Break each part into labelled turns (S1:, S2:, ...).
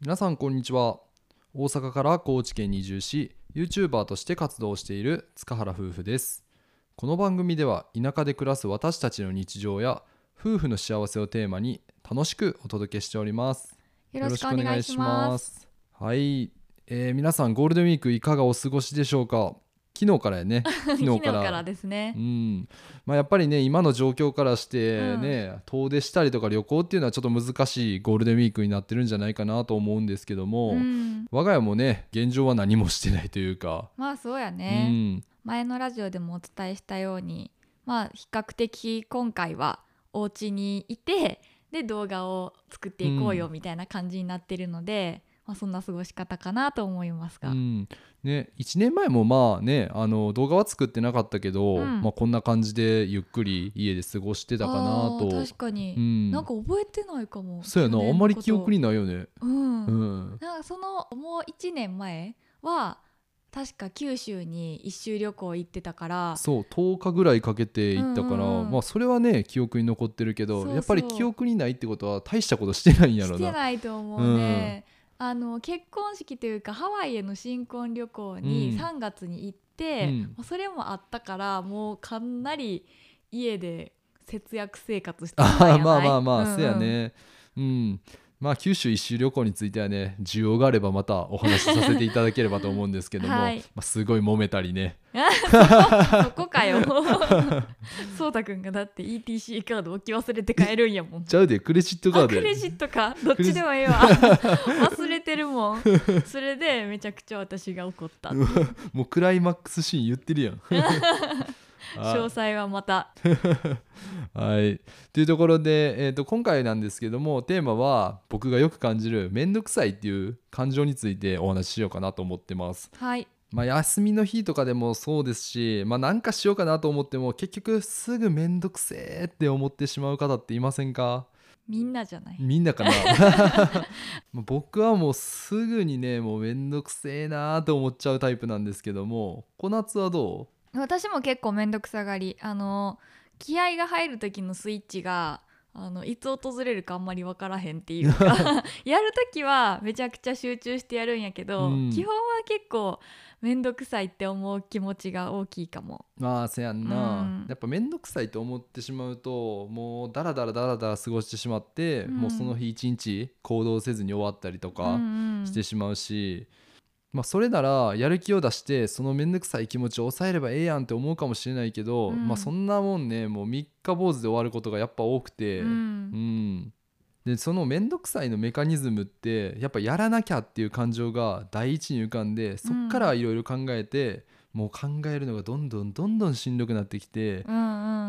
S1: 皆さんこんにちは大阪から高知県に移住し YouTuber として活動している塚原夫婦ですこの番組では田舎で暮らす私たちの日常や夫婦の幸せをテーマに楽しくお届けしております
S2: よろしくお願いします。
S1: すはい、えー皆さんゴールデンウィークいかがお過ごしでしょうか昨日からやね昨
S2: 昨日からですね
S1: う。んまあ、やっぱりね今の状況からしてね、遠出したりとか旅行っていうのはちょっと難しいゴールデンウィークになってるんじゃないかなと思うんですけども、
S2: うん、
S1: 我が家もね現状は何もしてないというか、
S2: まあそうや
S1: う
S2: ね、
S1: ん、
S2: 前のラジオでもお伝えしたように、まあ比較的今回はお家にいてで動画を作っていこうよみたいな感じになってるので、まあそんな過ごし方かなと思います
S1: う
S2: が、
S1: んね、1年前もまあねあの動画は作ってなかったけど、
S2: うん
S1: まあ、こんな感じでゆっくり家で過ごしてたかな
S2: あ
S1: と、
S2: ー確かに、
S1: うん、
S2: なんか覚えてないかも。
S1: そうやな
S2: 去
S1: あん
S2: 年の
S1: ま
S2: こ
S1: り
S2: と
S1: 記憶にないよね。
S2: うん
S1: うん
S2: なんかそのもう1年前は確か九州に一周旅行行ってたから
S1: そう10日ぐらいかけて行ったから、
S2: うんうんうん
S1: まあ、それはね記憶に残ってるけど
S2: そうそう
S1: やっぱり記憶にないってことは大したことしてないんやろ
S2: し
S1: な
S2: てないと思うね、あの結婚式というかハワイへの新婚旅行
S1: うん
S2: に3月に行って、
S1: うん
S2: まあそれもあったからもうかなり家で節約生活してたん
S1: あ
S2: や
S1: あまあ
S2: ない
S1: まあまあ、
S2: うんうん
S1: せやねうんまあ九州一周旅行についてはね需要があればまたお話しさせていただければと思うんですけども、
S2: はい
S1: まあ、すごい揉めたりね
S2: そこか よそうたくんがだって ETC カード置き忘れて帰るんやもん
S1: ちゃうでクレジットカー
S2: あ
S1: ドやで
S2: クレジットかどっちでもええわ忘れてるもんそれでめちゃくちゃ私が怒ったっていう
S1: もうクライマックスシーン言ってるや ん
S2: 詳
S1: あ
S2: 細はまた
S1: はいというところで、えー、と今回なんですけどもテーマは僕がよく感じる面倒くさいっていう感情についてお話ししようかなと思ってます
S2: はい
S1: まあ、休みの日とかでもそうですし、まあ、なんかしようかなと思っても結局すぐめんどくせえって思ってしまう方っていませんか
S2: みんなじゃない
S1: みんなかな まあ僕はもうすぐにねもうめんどくせえなーと思っちゃうタイプなんですけども小夏はど
S2: 私も結構面倒くさがりあの気合が入る時のスイッチがあのいつ訪れるかあんまり分からへんってい うかやる時はめちゃくちゃ集中してやるんやけど、
S1: うん
S2: 基本は結構面倒くさいって思う気持ちが大きいかも。
S1: うまあせやんな、
S2: うん
S1: やっぱめんどくさいと思ってしまうともうダラダラダラダラ過ごしてしまって、
S2: うん
S1: もうその日一日行動せずに終わったりとか、
S2: うんうん
S1: してしまうし、まあ、それならやる気を出してその面倒くさい気持ちを抑えればええやんって思うかもしれないけど、
S2: うん
S1: まあ、そんなもんねもう三日坊主で終わることがやっぱ多くて、
S2: う
S1: うんんでその面倒くさいのメカニズムってやっぱやらなきゃっていう感情が第一に浮かんでそっからいろいろ考えて、もう考えるのがどんどんどんどんしんどくなってきて、
S2: うんう
S1: は
S2: ん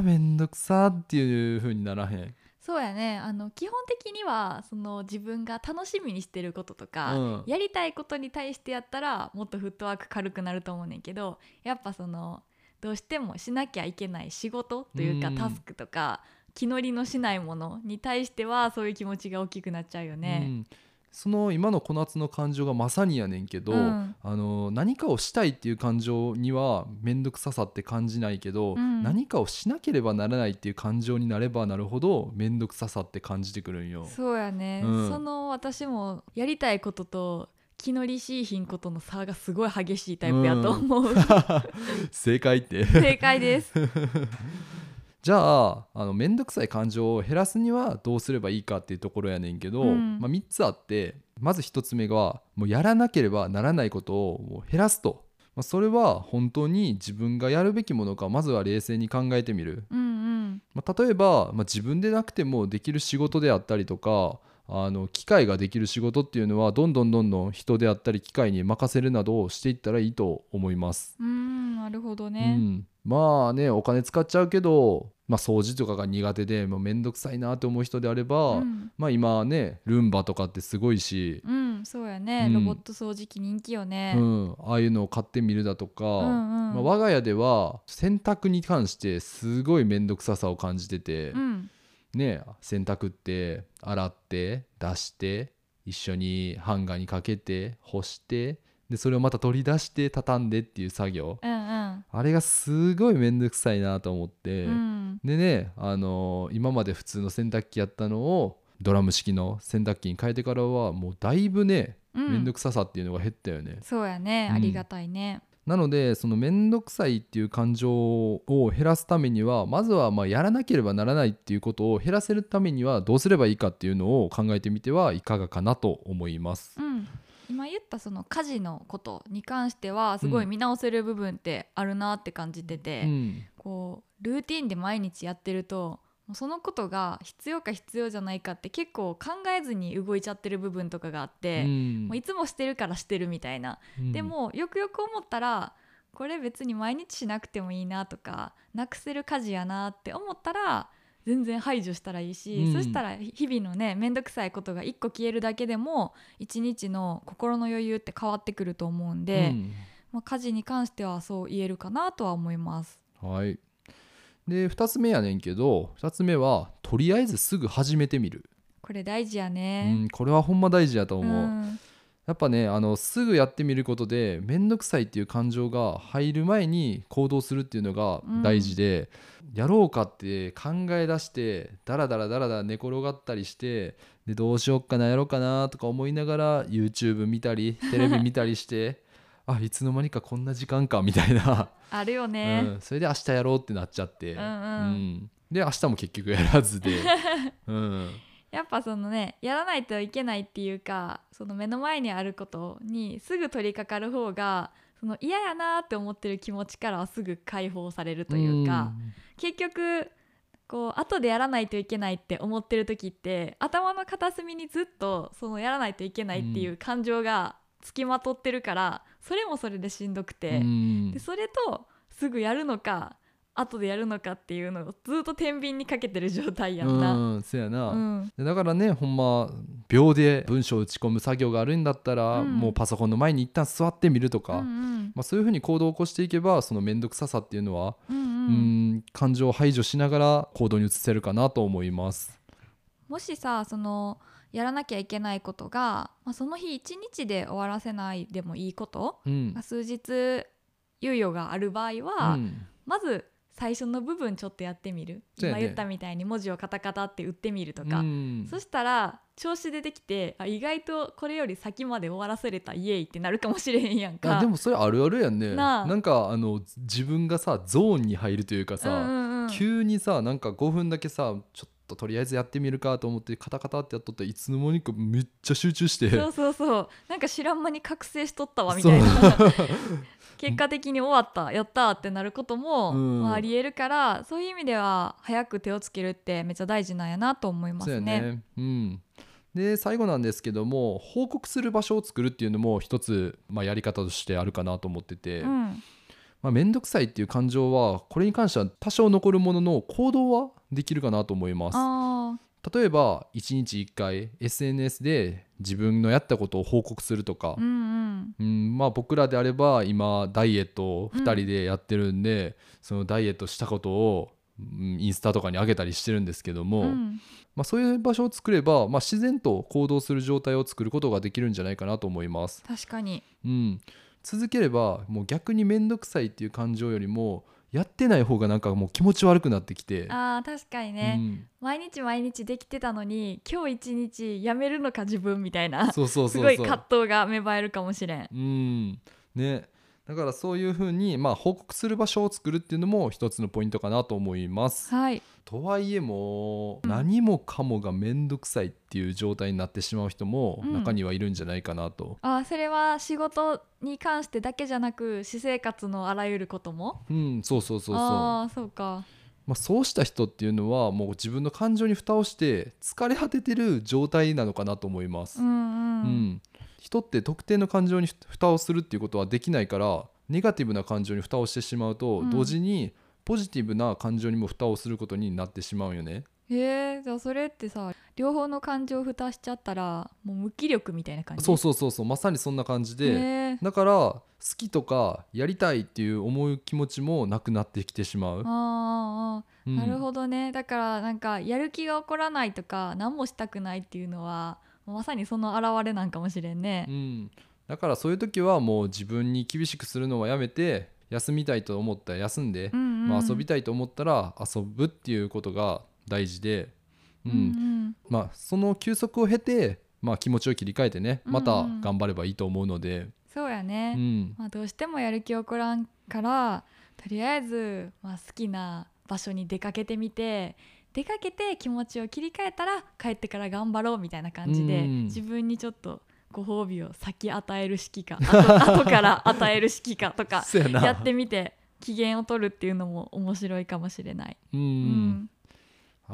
S1: あ面倒くさっていう風にならへん。
S2: そうやねあの基本的にはその自分が楽しみにしてることとか、
S1: うん
S2: やりたいことに対してやったらもっとフットワーク軽くなると思うねんけどやっぱそのどうしてもしなきゃいけない仕事というか、
S1: うん
S2: タスクとか気乗りのしないものに対してはそういう気持ちが大きくなっちゃうよ
S1: う
S2: ね。
S1: ん、その今の小夏の感情がまさにやねんけど、
S2: うん
S1: あの何かをしたいっていう感情には面倒くささって感じないけど、
S2: うん
S1: 何かをしなければならないっていう感情になればなるほど面倒くささって感じてくるんよ。
S2: そうやね、
S1: うん
S2: その私もやりたいことと気乗りしいひんことの差がすごい激しいタイプやと思う、
S1: 正解って
S2: 正解です。
S1: じゃああの面倒くさい感情を減らすにはどうすればいいかっていうところやねんけど、
S2: うん
S1: まあ、3つあってまず1つ目がもうやらなければならないことをもう減らすと、まあ、それは本当に自分がやるべきものかまずは冷静に考えてみる
S2: うんうん
S1: まあ、例えば、まあ、自分でなくてもできる仕事であったりとかあの機械ができる仕事っていうのはどんどんどんどん人であったり機械に任せるなどをしていったらいいと思います。
S2: うーんなるほど
S1: う
S2: ね。
S1: ん、まあねお金使っちゃうけど、まあ、掃除とかが苦手でもうめんどくさいなって思う人であれば、
S2: うん、
S1: まあ、今ねルンバとかってすごいし、
S2: うん、そうやね、
S1: うん
S2: ロボット掃除機人気よね
S1: う。ん、ああいうのを買ってみるだとか、
S2: うんう
S1: ま
S2: ん
S1: あ、我が家では洗濯に関してすごい面倒くささを感じてて。
S2: うん、
S1: ね洗濯って洗って出して一緒にハンガーにかけて干してでそれをまた取り出して畳んでっていう作業
S2: うん、うん、
S1: あれがすごい面倒くさいなと思って、
S2: うん、
S1: でね、あのー今まで普通の洗濯機やったのをドラム式の洗濯機に変えてからはもうだいぶね
S2: うん
S1: 面倒くささっていうのが減ったよね、
S2: そうやね、
S1: うん
S2: ありがたいね
S1: なのでその面倒くさいっていう感情を減らすためにはまずはまあやらなければならないっていうことを減らせるためにはどうすればいいかっていうのを考えてみてはいかがかなと思います。
S2: うん今言ったその家事のことに関してはすごい見直せる部分ってあるなって感じてて、
S1: うん
S2: こうルーティンで毎日やってるともうそのことが必要か必要じゃないかって結構考えずに動いちゃってる部分とかがあって、
S1: うん
S2: もういつもしてるからしてるみたいな、
S1: うん
S2: でもよくよく思ったらこれ別に毎日しなくてもいいなとかなくせる家事やなって思ったら全然排除したらいいし、
S1: うん
S2: そしたら日々のね面倒くさいことが一個消えるだけでも一日の心の余裕って変わってくると思うんで、まあ、家事に関してはそう言えるかなとは思います。
S1: うんはい、で2つ目やねんけど2つ目はとりあえずすぐ始めてみる、
S2: これ大事や
S1: う
S2: ね。
S1: ん、これはほんま大事やと
S2: う
S1: 思う。
S2: ん
S1: やっぱねあのすぐやってみることで面倒くさいっていう感情が入る前に行動するっていうのが大事で、やろうかって考え出してダラダラダラダラ寝転がったりしてでどうしよっかなやろうかなとか思いながら YouTube 見たりテレビ見たりして あいつの間にかこんな時間かみたいな、
S2: あるよね。
S1: うん、それで明日やろうってなっちゃって、
S2: うんうん
S1: んで明日も結局やらず で、うん、
S2: やっぱそのねやらないといけないっていうかその目の前にあることにすぐ取り掛かる方がその嫌やなって思ってる気持ちからはすぐ解放されるというか、結局こう後でやらないといけないって思ってる時って頭の片隅にずっとそのやらないといけないっていう感情がつきまとってるから、それもそれでしんどく
S1: う
S2: て、
S1: ん
S2: でそれとすぐやるのか後でやるのかっていうのをずっと天秤にかけてる状態やんな。
S1: うんそや
S2: う
S1: な、
S2: ん
S1: でだからねほんま秒で文章を打ち込む作業があるんだったら、
S2: うん
S1: もうパソコンの前に一旦座ってみるとか、
S2: うんうん
S1: まあ、そういうふうに行動を起こしていけばその面倒くささっていうのは、
S2: うん
S1: う
S2: うん
S1: ん感情を排除しながら行動に移せるかなと思います。
S2: もしさそのやらなきゃいけないことが、まあ、その日一日で終わらせないでもいいこと、
S1: うん
S2: まあ、数日猶予がある場合は、
S1: うん
S2: まず最初の部分ちょっとやってみる、
S1: そうや
S2: 今
S1: ね
S2: 言ったみたいに文字をカタカタって打ってみるとか、
S1: うん
S2: そしたら調子出てきてあ意外とこれより先まで終わらせれたイエイってなるかもしれへんやんか。
S1: あでもそれあるあるやんね
S2: なあ
S1: んかあの自分がさゾーンに入るというかさ、
S2: うんうんうん
S1: 急にさなんか5分だけさちょっととりあえずやってみるかと思ってカタカタってやっとったらいつの間にかめっちゃ集中して
S2: そうそうそうなんか知らん間に覚醒しとったわみたいな 結果的に終わったやったーってなることも、
S1: うん
S2: まあ、ありえるからそういう意味では早く手をつけるってめっちゃ大事なんやなと思いま
S1: そう
S2: す
S1: や
S2: ね。
S1: ね。うんで最後なんですけども報告する場所を作るっていうのも一つ、まあ、やり方としてあるかなと思ってて、
S2: う
S1: ま
S2: ん
S1: あ、面倒くさいっていう感情はこれに関しては多少残るものの行動はできるかなと思います
S2: あ
S1: 例えば1日1回 SNS で自分のやったことを報告するとか
S2: ー、うんうん
S1: うんまあ、僕らであれば今ダイエットを2人でやってるんで、そのダイエットしたことを、うんインスタとかに上げたりしてるんですけども、
S2: うん
S1: まあ、そういう場所を作れば、まあ、自然と行動する状態を作ることができるんじゃないかなと思います。
S2: 確かに
S1: うん、続ければもう逆に面倒くさいっていう感情よりもやってない方がなんかもう気持ち悪くなってきて。
S2: あー確かに
S1: う
S2: ね、
S1: ん
S2: 毎日毎日できてたのに今日一日やめるのか自分みたいな
S1: そうそう
S2: す
S1: そう
S2: ご
S1: そう
S2: い葛藤が芽生えるかもしれん。
S1: うんね、だからそういうふうに、まあ、報告する場所を作るっていうのも一つのポイントかなと思います。
S2: はい
S1: とはいえもう何もかもが面倒くさいっていう状態になってしまう人も
S2: うん
S1: 中にはいるんじゃないかなと。
S2: あそれは仕事に関してだけじゃなく私生活のあらゆることも
S1: うん、そうそうそうそう。
S2: ああそうか
S1: まあ、そうした人っていうのはもう自分の感情に蓋をして疲れ果ててる状態なのかなと思います、
S2: うんうん、
S1: うん人って特定の感情に蓋をするっていうことはできないからネガティブな感情に蓋をしてしまうと、
S2: うん
S1: 同時にポジティブな感情にも蓋をすることになってしまうよね。
S2: えー、じゃあそれってさ両方の感情を蓋しちゃったらもう無気力みたいな感じ
S1: そうそうそうそうまさにそんな感じで、
S2: えー
S1: だから好きとかやりたいっていう思う気持ちもなくなってきてしまう。
S2: あーあ
S1: う
S2: ー
S1: ん
S2: なるほどねだからなんかやる気が起こらないとか何もしたくないっていうのはまさにその表れなんかもしれんね
S1: う、ん、だからそういう時はもう自分に厳しくするのはやめて休みたいと思ったら休んで、
S2: うんうん
S1: まあ、遊びたいと思ったら遊ぶっていうことが大事で、うんまあ、その休息を経て、まあ、気持ちを切り替えてねまた頑張ればいいと思うので、
S2: そうや
S1: う
S2: ね、
S1: ん
S2: まあ、どうしてもやる気起こらんからとりあえず、まあ、好きな場所に出かけてみて出かけて気持ちを切り替えたら帰ってから頑張ろうみたいな感じで
S1: うん
S2: 自分にちょっとご褒美を先与える式か 後後から与える式かとか
S1: そやな
S2: やってみて機嫌を取るっていうのも面白いかもしれない。
S1: うん
S2: う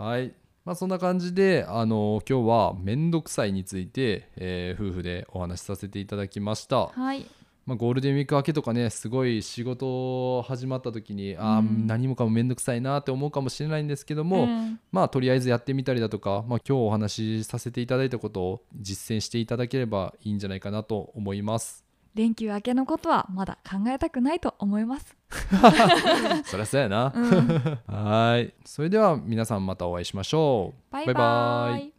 S2: ん
S1: はい、まあ、そんな感じで、あの今日は「めんどくさい」について、えー夫婦でお話しさせていただきました、
S2: はい、
S1: まあ、ゴールデンウィーク明けとかねすごい仕事始まった時に、ああ
S2: うん
S1: 何もかもめんどくさいなって思うかもしれないんですけども、
S2: ん
S1: まあとりあえずやってみたりだとか、まあ、今日お話しさせていただいたことを実践していただければいいんじゃないかなと思います
S2: 連休明けのことはまだ考えたくないと思います。
S1: そりゃそうやな
S2: う、ん
S1: はーいそれでは皆さんまたお会いしましょう
S2: バイバ
S1: バイバー
S2: イ
S1: イ